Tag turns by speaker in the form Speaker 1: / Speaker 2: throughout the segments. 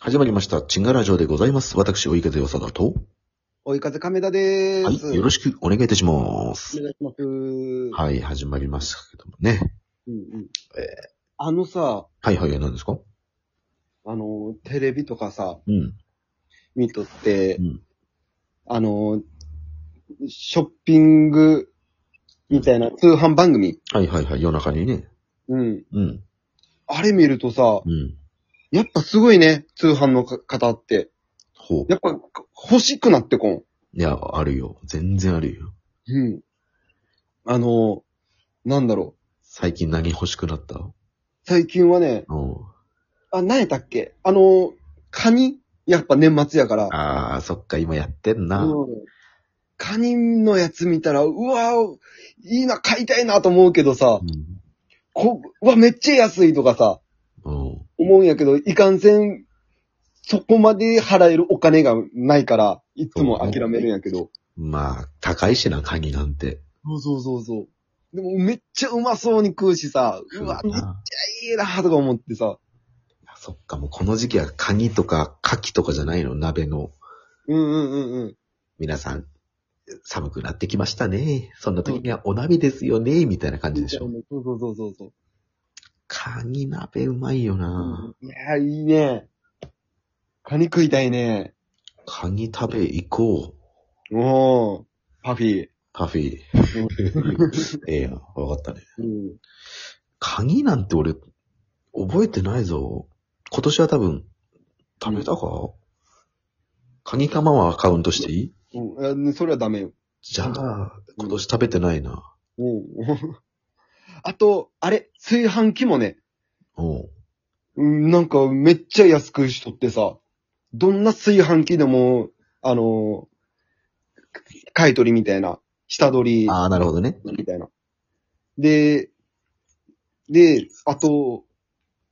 Speaker 1: 始まりました。チンガラジオでございます。私、追い風よさだと。
Speaker 2: 追い風亀田で
Speaker 1: は
Speaker 2: ー
Speaker 1: い
Speaker 2: す。。
Speaker 1: よろしくお願いいたしま
Speaker 2: お
Speaker 1: す。
Speaker 2: 願いします。うん
Speaker 1: はい、始まりましたけどもね。
Speaker 2: うん
Speaker 1: えー
Speaker 2: あのさ、
Speaker 1: はいはい、何ですか
Speaker 2: あの、テレビとかさ、
Speaker 1: うん。
Speaker 2: 見とって、
Speaker 1: うん
Speaker 2: あの、ショッピングみたいな通販番組。
Speaker 1: はいはいはい、夜中にね。
Speaker 2: うん。
Speaker 1: うん。
Speaker 2: あれ見るとさ、
Speaker 1: うん。
Speaker 2: やっぱすごいね、通販のか方って。
Speaker 1: ほう。
Speaker 2: やっぱ欲しくなってこん。
Speaker 1: いや、あるよ。全然あるよ。
Speaker 2: うん。あの、なんだろう。
Speaker 1: 最近何欲しくなった
Speaker 2: 最近はね、
Speaker 1: うん。
Speaker 2: あ、何やったっけあの、カニやっぱ年末やから。
Speaker 1: あー、そっか、今やってんな。
Speaker 2: うんカニのやつ見たら、うわーいいな、買いたいなと思うけどさ
Speaker 1: う、ん。
Speaker 2: こうわ、めっちゃ安いとかさ、
Speaker 1: うん。
Speaker 2: 思うんやけど、いかんせん、そこまで払えるお金がないから、いつも諦めるんやけど。
Speaker 1: まあ、高いしな、カニなんて。
Speaker 2: そうそうそうそう。でも、めっちゃうまそうに食うしさ、うわ、めっちゃ
Speaker 1: ない
Speaker 2: いなとか思ってさ、
Speaker 1: やそっか、もうこの時期はカニとかカキとかじゃないの、鍋の。
Speaker 2: うんうんうんうん。
Speaker 1: 皆さん、寒くなってきましたね。そんな時にはお鍋ですよね、みたいな感じでしょ。
Speaker 2: そうそうそうそうそう。
Speaker 1: カニ鍋うまいよな、
Speaker 2: いやー、いいね。カニ食いたいね。
Speaker 1: カニ食べ行こう。
Speaker 2: おー、パフィー。
Speaker 1: パフィー。 ええやん。わかったね。
Speaker 2: うん
Speaker 1: カニなんて俺、覚えてないぞ。今年は多分、食べたか、カニカマはカウントしていい
Speaker 2: うん、あそれはダメよ。
Speaker 1: じゃあ、今年食べてないな。
Speaker 2: うん。 あと、あれ、炊飯器もね、
Speaker 1: おう
Speaker 2: うん、なんかめっちゃ安くしとってさ、どんな炊飯器でも、あのー買い取りみたいな、下取り
Speaker 1: ああ、なるほどね。
Speaker 2: みたいな。で、で、あと、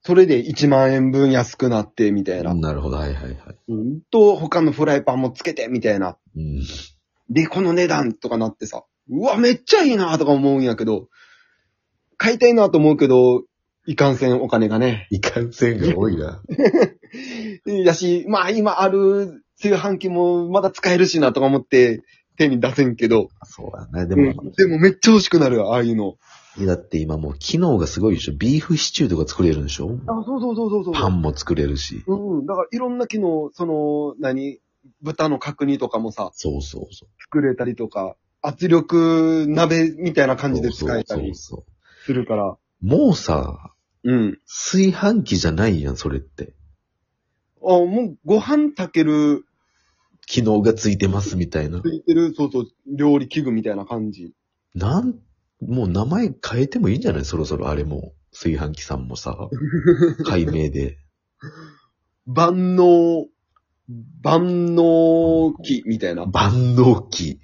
Speaker 2: それで1万円分安くなって、みたいな。
Speaker 1: なるほど、はいはいはい。
Speaker 2: うん、と、他のフライパンもつけて、みたいな。
Speaker 1: うん。
Speaker 2: で、この値段とかなってさ、うわ、めっちゃいいなとか思うんやけど、買いたいなと思うけど、いかんせんお金がね。
Speaker 1: いかんせんが多いな。
Speaker 2: だし、まあ今ある炊飯器もまだ使えるしなとか思って手に出せんけど、
Speaker 1: そうだね。で
Speaker 2: で
Speaker 1: も、
Speaker 2: も,、でもめっちゃ欲しくなるよ、ああいうの。
Speaker 1: いやだって今もう機能がすごいでしょ。ビーフシチューとか作れるんでしょ
Speaker 2: あ、そうそうそうそうそう。
Speaker 1: パンも作れるし。
Speaker 2: うん、だからいろんな機能、その、何、豚の角煮とかもさ、
Speaker 1: そうそうそう。
Speaker 2: 作れたりとか、圧力鍋みたいな感じで使えた
Speaker 1: そう
Speaker 2: り
Speaker 1: そうそう
Speaker 2: するから。
Speaker 1: もうさ、
Speaker 2: うん。
Speaker 1: 炊飯器じゃないやん、それって。
Speaker 2: あ、もうご飯炊ける
Speaker 1: 機能がついてますみたいな
Speaker 2: つ。いてる、そうそう、料理器具みたいな感じ。
Speaker 1: なん、もう名前変えてもいいんじゃないそろそろあれも。炊飯器さんもさ、解明で。
Speaker 2: 万能、万能器みたいな。
Speaker 1: 万能機。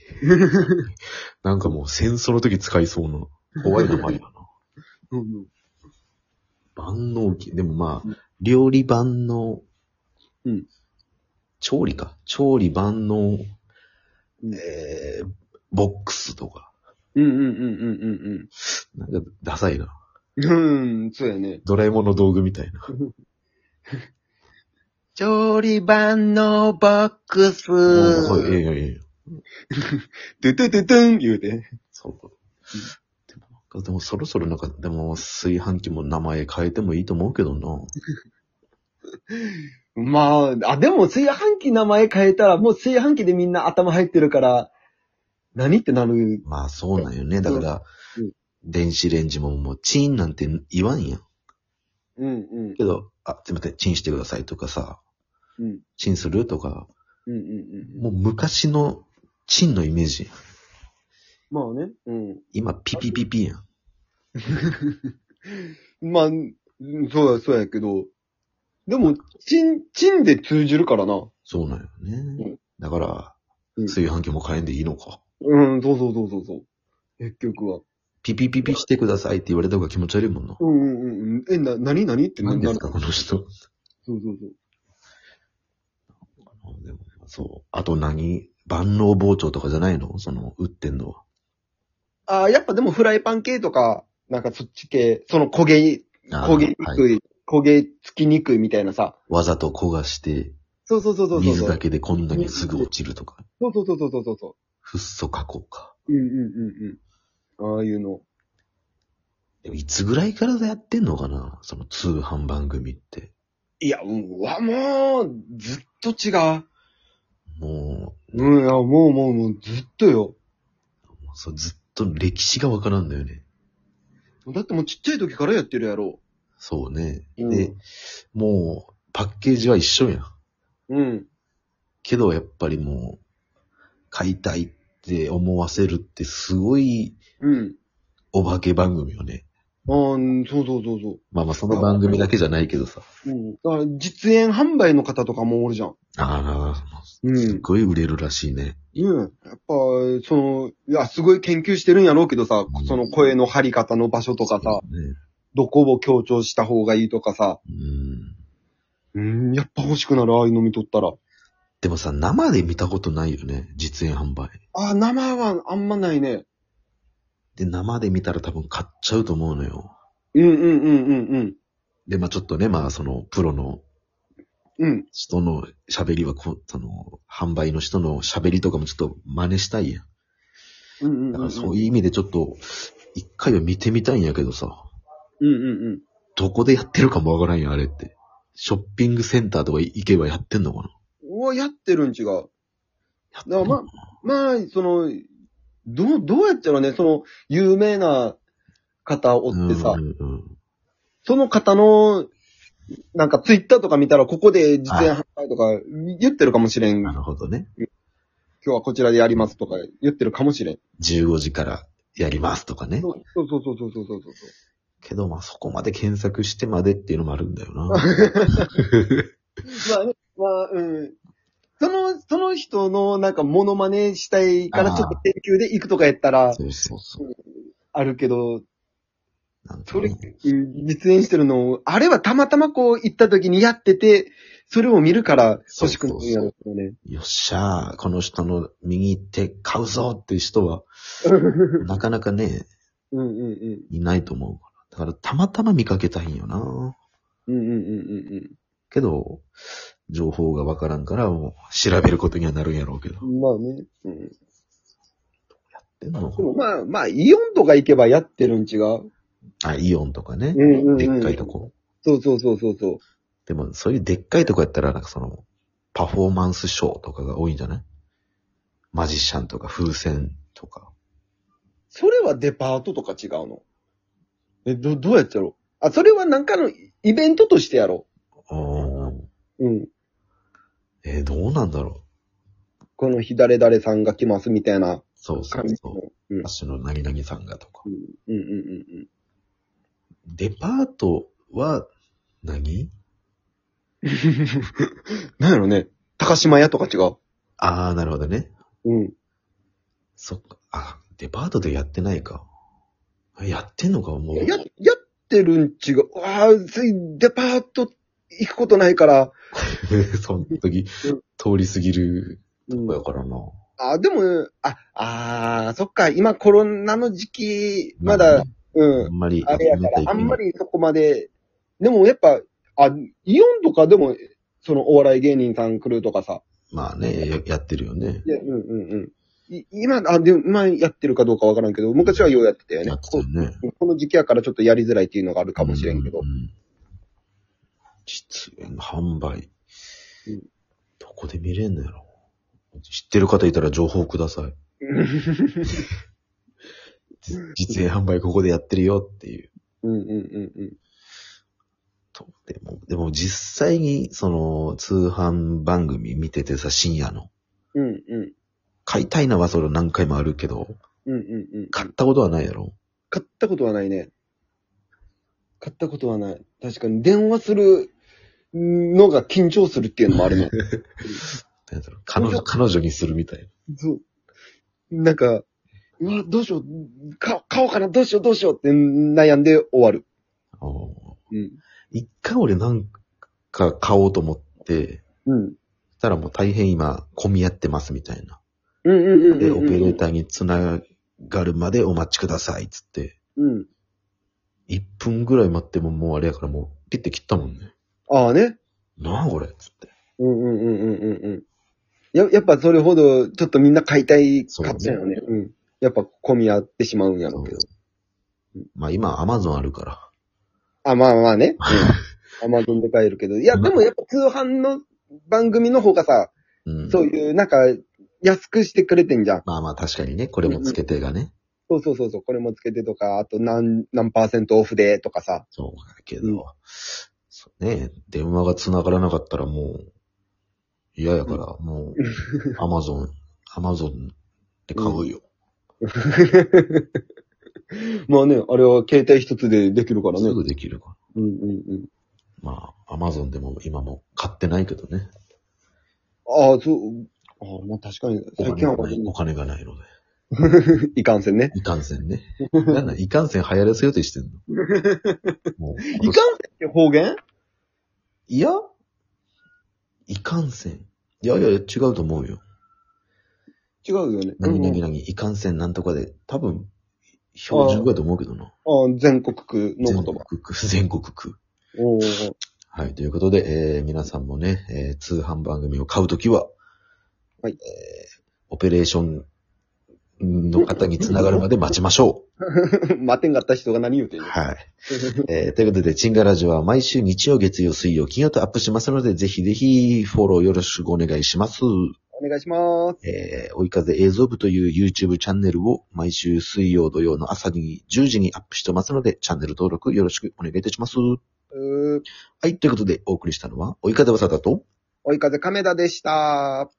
Speaker 1: なんかもう戦争の時使いそうな。怖い名前やな。
Speaker 2: うんうん
Speaker 1: 万能機。でもま
Speaker 2: う
Speaker 1: あ
Speaker 2: ん、
Speaker 1: 料理万能。
Speaker 2: うん。
Speaker 1: 調理か。調理万能、
Speaker 2: うん
Speaker 1: えー、ボックスとか。
Speaker 2: うんうんうん
Speaker 1: なんか、ダサいな。
Speaker 2: うんうん。うん、そうやね。
Speaker 1: ドラえもんの道具みたいな。
Speaker 2: 調理盤のボックス。
Speaker 1: もうこれええよ、ええよ。
Speaker 2: ドゥドゥドゥドゥン言うて。
Speaker 1: そうか。でもなんか、でもそろそろなんか、でも炊飯器も名前変えてもいいと思うけどな。
Speaker 2: まあ、あ、でも炊飯器名前変えたら、もう炊飯器でみんな頭入ってるから、何ってなる。
Speaker 1: まあそうなんよね。だから
Speaker 2: うんうん、
Speaker 1: 電子レンジももうチーンなんて言わんやん。
Speaker 2: うんうん。
Speaker 1: けど、あ、すいません、チンしてくださいとかさ、
Speaker 2: うん。
Speaker 1: チンするとか、
Speaker 2: うんうんうん。
Speaker 1: もう昔のチンのイメージやん。
Speaker 2: まあね。うん。
Speaker 1: 今、ピピピピやん。
Speaker 2: まあ、うんそうや、そうやけど。でも、チン、チンで通じるからな。
Speaker 1: そうなんよ
Speaker 2: う
Speaker 1: ね。だから、
Speaker 2: うん
Speaker 1: 炊飯器も変えんでいいのか。
Speaker 2: うん、そうそうそうそうそう。結局は。
Speaker 1: ピピピピしてくださいって言われた方が気持ち悪いもんな。
Speaker 2: うんうんうん。え、な、なになにって
Speaker 1: 何です
Speaker 2: か
Speaker 1: か、この人。
Speaker 2: そうそうそう。
Speaker 1: あでもそう。あと何万能包丁とかじゃないのその、売ってんのは。
Speaker 2: ああ、やっぱでもフライパン系とか、なんかそっち系、その焦げ、
Speaker 1: あー
Speaker 2: 焦げにくい、焦げつきにくいみたいなさ。
Speaker 1: わざと焦がして、
Speaker 2: そうそうそうそうそう。
Speaker 1: 水だけでこんだけすぐ落ちるとか。
Speaker 2: そうそうそうそうそうそ
Speaker 1: フッ素加工か。
Speaker 2: う。うんうんうんうん。ああいうの。
Speaker 1: でもいつぐらいからやってんのかなその通販番組って。
Speaker 2: いや、うん、うわ、もう、ずっと違う。
Speaker 1: も
Speaker 2: うん、いや、もうもうもう、ずっとよ。
Speaker 1: う、そうずっと歴史がわからんだよね。
Speaker 2: だってもうちっちゃい時からやってるやろ。
Speaker 1: そうね。
Speaker 2: うん
Speaker 1: で、もう、パッケージは一緒やん。
Speaker 2: うん。
Speaker 1: けどやっぱりもう、買いたいって思わせるってすごい
Speaker 2: うん。
Speaker 1: お化け番組よね。
Speaker 2: ああ、うんそうそうそうそ
Speaker 1: まあまあその番組だけじゃないけどさ。
Speaker 2: う。うん。だから、実演販売の方とかもおるじゃん。
Speaker 1: ああ、
Speaker 2: う
Speaker 1: すっ。ごい売れるらしいね。
Speaker 2: うん。やっぱ、その、いや、すごい研究してるんやろうけどさ、
Speaker 1: うん
Speaker 2: その声の張り方の場所とかさ、
Speaker 1: そうね。
Speaker 2: どこを強調した方がいいとかさ、
Speaker 1: うん。
Speaker 2: うん、やっぱ欲しくなる、ああいうの見とったら。
Speaker 1: でもさ、生で見たことないよね。実演販売。
Speaker 2: ああ、生はあんまないね。
Speaker 1: で、生で見たら多分買っちゃうと思うのよ。
Speaker 2: うんうんうんうん
Speaker 1: で、まあちょっとね、まあその、プロの
Speaker 2: うん。うん。
Speaker 1: 人の喋りはこ、その、販売の人の喋りとかもちょっと真似したいやん。
Speaker 2: うんうんうん。
Speaker 1: だからそういう意味でちょっと、一回は見てみたいんやけどさ、
Speaker 2: うんうんうん。
Speaker 1: どこでやってるかもわからんやん、あれって。ショッピングセンターとか行けばやってんのかな
Speaker 2: うわ、やってるん違う。
Speaker 1: やってん
Speaker 2: だから
Speaker 1: の
Speaker 2: まあ、まあ、その、どう、どうやったらね、その、有名な方おってさ、
Speaker 1: うんうんうん
Speaker 2: その方の、なんかツイッターとか見たら、ここで実演販売とか言ってるかもしれん。
Speaker 1: な
Speaker 2: 今
Speaker 1: るほどね。
Speaker 2: 日はこちらでやりますとか言ってるかもしれん。
Speaker 1: 15時からやりますとかね
Speaker 2: そ。うそうそうそうそうそう そう。
Speaker 1: けど、まあそこまで検索してまでっていうのもあるんだよ な。
Speaker 2: まあね、まあ、うん。その、その人のなんかモノマネしたいから
Speaker 1: あー
Speaker 2: ちょっと研究で行くとかやったら
Speaker 1: そうそうそう。
Speaker 2: あるけど、
Speaker 1: なんか
Speaker 2: それ、
Speaker 1: ね、
Speaker 2: うん実演してるのを、あれはたまたまこう行った時にやってて、それを見るから欲しくなるんやろうけど ね。
Speaker 1: よっしゃー、この人の右手買うぞっていう人は、なかなかね、
Speaker 2: うんうんうん。
Speaker 1: いないと思うから。だから、たまたま見かけたいんよな。
Speaker 2: うんうんうん
Speaker 1: けど、情報がわからんから、もう、調べることにはなるんやろうけど。
Speaker 2: うん。まあね。うん、で
Speaker 1: でも
Speaker 2: もまあまあ、イオンとか行けばやってるん違う
Speaker 1: あ、イオンとかね。
Speaker 2: ん
Speaker 1: でっかいと。こ。
Speaker 2: そうそうそうそうそう。
Speaker 1: でも、そういうでっかいとこやったら、なんかその、パフォーマンスショーとかが多いんじゃないマジシャンとか風船とか。
Speaker 2: それはデパートとか違うのえ、ど、どうやってやろうあ、それはなんかのイベントとしてやろ
Speaker 1: おー
Speaker 2: う。うん。
Speaker 1: えーどうなんだろう。
Speaker 2: この日誰々さんが来ますみたいな
Speaker 1: そうそう
Speaker 2: 感じ
Speaker 1: そう。
Speaker 2: の。うん。
Speaker 1: 足のなぎなぎさんがとか。
Speaker 2: うんうんうん
Speaker 1: デパートは何、
Speaker 2: うん。 なんやろね。高島屋とか違う。
Speaker 1: ああ、なるほどね。
Speaker 2: うん。
Speaker 1: そっか。あ、デパートでやってないか。あやってんのか、もう。
Speaker 2: や、やってるん違う。うわあ、つい、デパート行くことないから。
Speaker 1: その時、
Speaker 2: うん
Speaker 1: 通り過ぎる
Speaker 2: う
Speaker 1: と
Speaker 2: ん
Speaker 1: こやからな。
Speaker 2: あ、でも、あ、あーそっか、今コロナの時期、まだ、
Speaker 1: あ
Speaker 2: うんん、
Speaker 1: まり、
Speaker 2: あれやから、あんま
Speaker 1: り。
Speaker 2: りそこまで、でもやっぱ、あ、イオンとかでも、そのお笑い芸人さん来るとかさ、
Speaker 1: まあね、ややってるよね。
Speaker 2: いや、うんうんうん。い今、あ、でも、今やってるかどうかわからんけど、昔はようやってたよね
Speaker 1: や。ってたよね。
Speaker 2: ここの時期やからちょっとやりづらいっていうのがあるかもしれんけど
Speaker 1: う。ん実演販売
Speaker 2: うん。
Speaker 1: どこで見れんのやろ。知ってる方いたら情報くださ い。じ実演販売ここでやってるよっていう。
Speaker 2: うんうんうんうん。
Speaker 1: とでも、でも実際に、その、通販番組見ててさ、深夜の。
Speaker 2: うんうん。
Speaker 1: 買いたいなはそれ何回もあるけど、
Speaker 2: うんうんうん。
Speaker 1: 買ったことはないやろ。
Speaker 2: 買ったことはないね。買ったことはない。確かに電話するのが緊張するっていうのもあ るの。
Speaker 1: なんだろう彼女、彼女にするみたいな。
Speaker 2: そう。なんか、うわ、どうしよう、か買おうかな、どうしよう、どうしようって悩んで終わる。
Speaker 1: おー
Speaker 2: うん。
Speaker 1: 一回俺なんか買おうと思って、
Speaker 2: うん。
Speaker 1: したらもう大変今混み合ってますみたいな。
Speaker 2: うんうんうんうん。
Speaker 1: で、オペレーターにつながるまでお待ちくださいっつって、
Speaker 2: うん。
Speaker 1: 1分ぐらい待ってももうあれやからもうピッて切ったもんね。
Speaker 2: ああね。
Speaker 1: なあこれつって。
Speaker 2: うんうんうんうんうんうん。や、やっぱそれほど、ちょっとみんな買いたい買っちゃうよね。うん。やっぱ混み合ってしまうんやろうけど。
Speaker 1: まあ今アマゾンあるから。
Speaker 2: あ、まあまあね。アマゾンで買えるけど。いや、でもやっぱ通販の番組の方がさ、
Speaker 1: うん。
Speaker 2: そういう、なんか、安くしてくれてんじゃん。
Speaker 1: まあまあ確かにね、これもつけてがね。
Speaker 2: そうそうそうそう、これもつけてとか、あと何、何パーセントオフでとかさ。
Speaker 1: そうだけ
Speaker 2: うん
Speaker 1: ど、そうね、電話が繋がらなかったらもう、嫌やから、もう、アマゾン、アマゾンで買うよ。
Speaker 2: まあね、あれは携帯一つでできるからね。
Speaker 1: すぐできるから。
Speaker 2: うんうんうん。
Speaker 1: まあ、アマゾンでも今も買ってないけどね。
Speaker 2: ああ、そう。ああ、まあ確かに、
Speaker 1: お
Speaker 2: 最
Speaker 1: 金
Speaker 2: 近
Speaker 1: が
Speaker 2: は
Speaker 1: ないお金がないので。
Speaker 2: いかんせんね。
Speaker 1: いかんせんね。なんだ、いかんせん流行らせようと してんの。もう今
Speaker 2: い
Speaker 1: 年
Speaker 2: かんせんって方言
Speaker 1: いや、いかんせん。いやいや、違うと思うよ。
Speaker 2: 違うよね。
Speaker 1: 何々
Speaker 2: うん
Speaker 1: 何、いかんせんなんとかで、多分、標準語やと思うけどな。
Speaker 2: ああ全国区の
Speaker 1: 全
Speaker 2: 言
Speaker 1: 国
Speaker 2: 葉。
Speaker 1: 区、全国区。
Speaker 2: おー
Speaker 1: はい、ということで、えー、皆さんもね、えー、通販番組を買うときは、
Speaker 2: はい
Speaker 1: えー、オペレーションの方につながるまで待ちましょ
Speaker 2: 待てんかった人が何言うてん
Speaker 1: う。
Speaker 2: の
Speaker 1: はい。えーということで、チンガラジオは毎週日曜、月曜、水曜、金曜とアップしますので、ぜひぜひフォローよろしくお願いします。
Speaker 2: お願いします。
Speaker 1: えー、追い風映像部という YouTube チャンネルを毎週水曜、土曜の朝に10時にアップしてますので、チャンネル登録よろしくお願いいたします。は
Speaker 2: うー
Speaker 1: い、ということでお送りしたのは、追い風わさだと、
Speaker 2: 追い風亀田でした。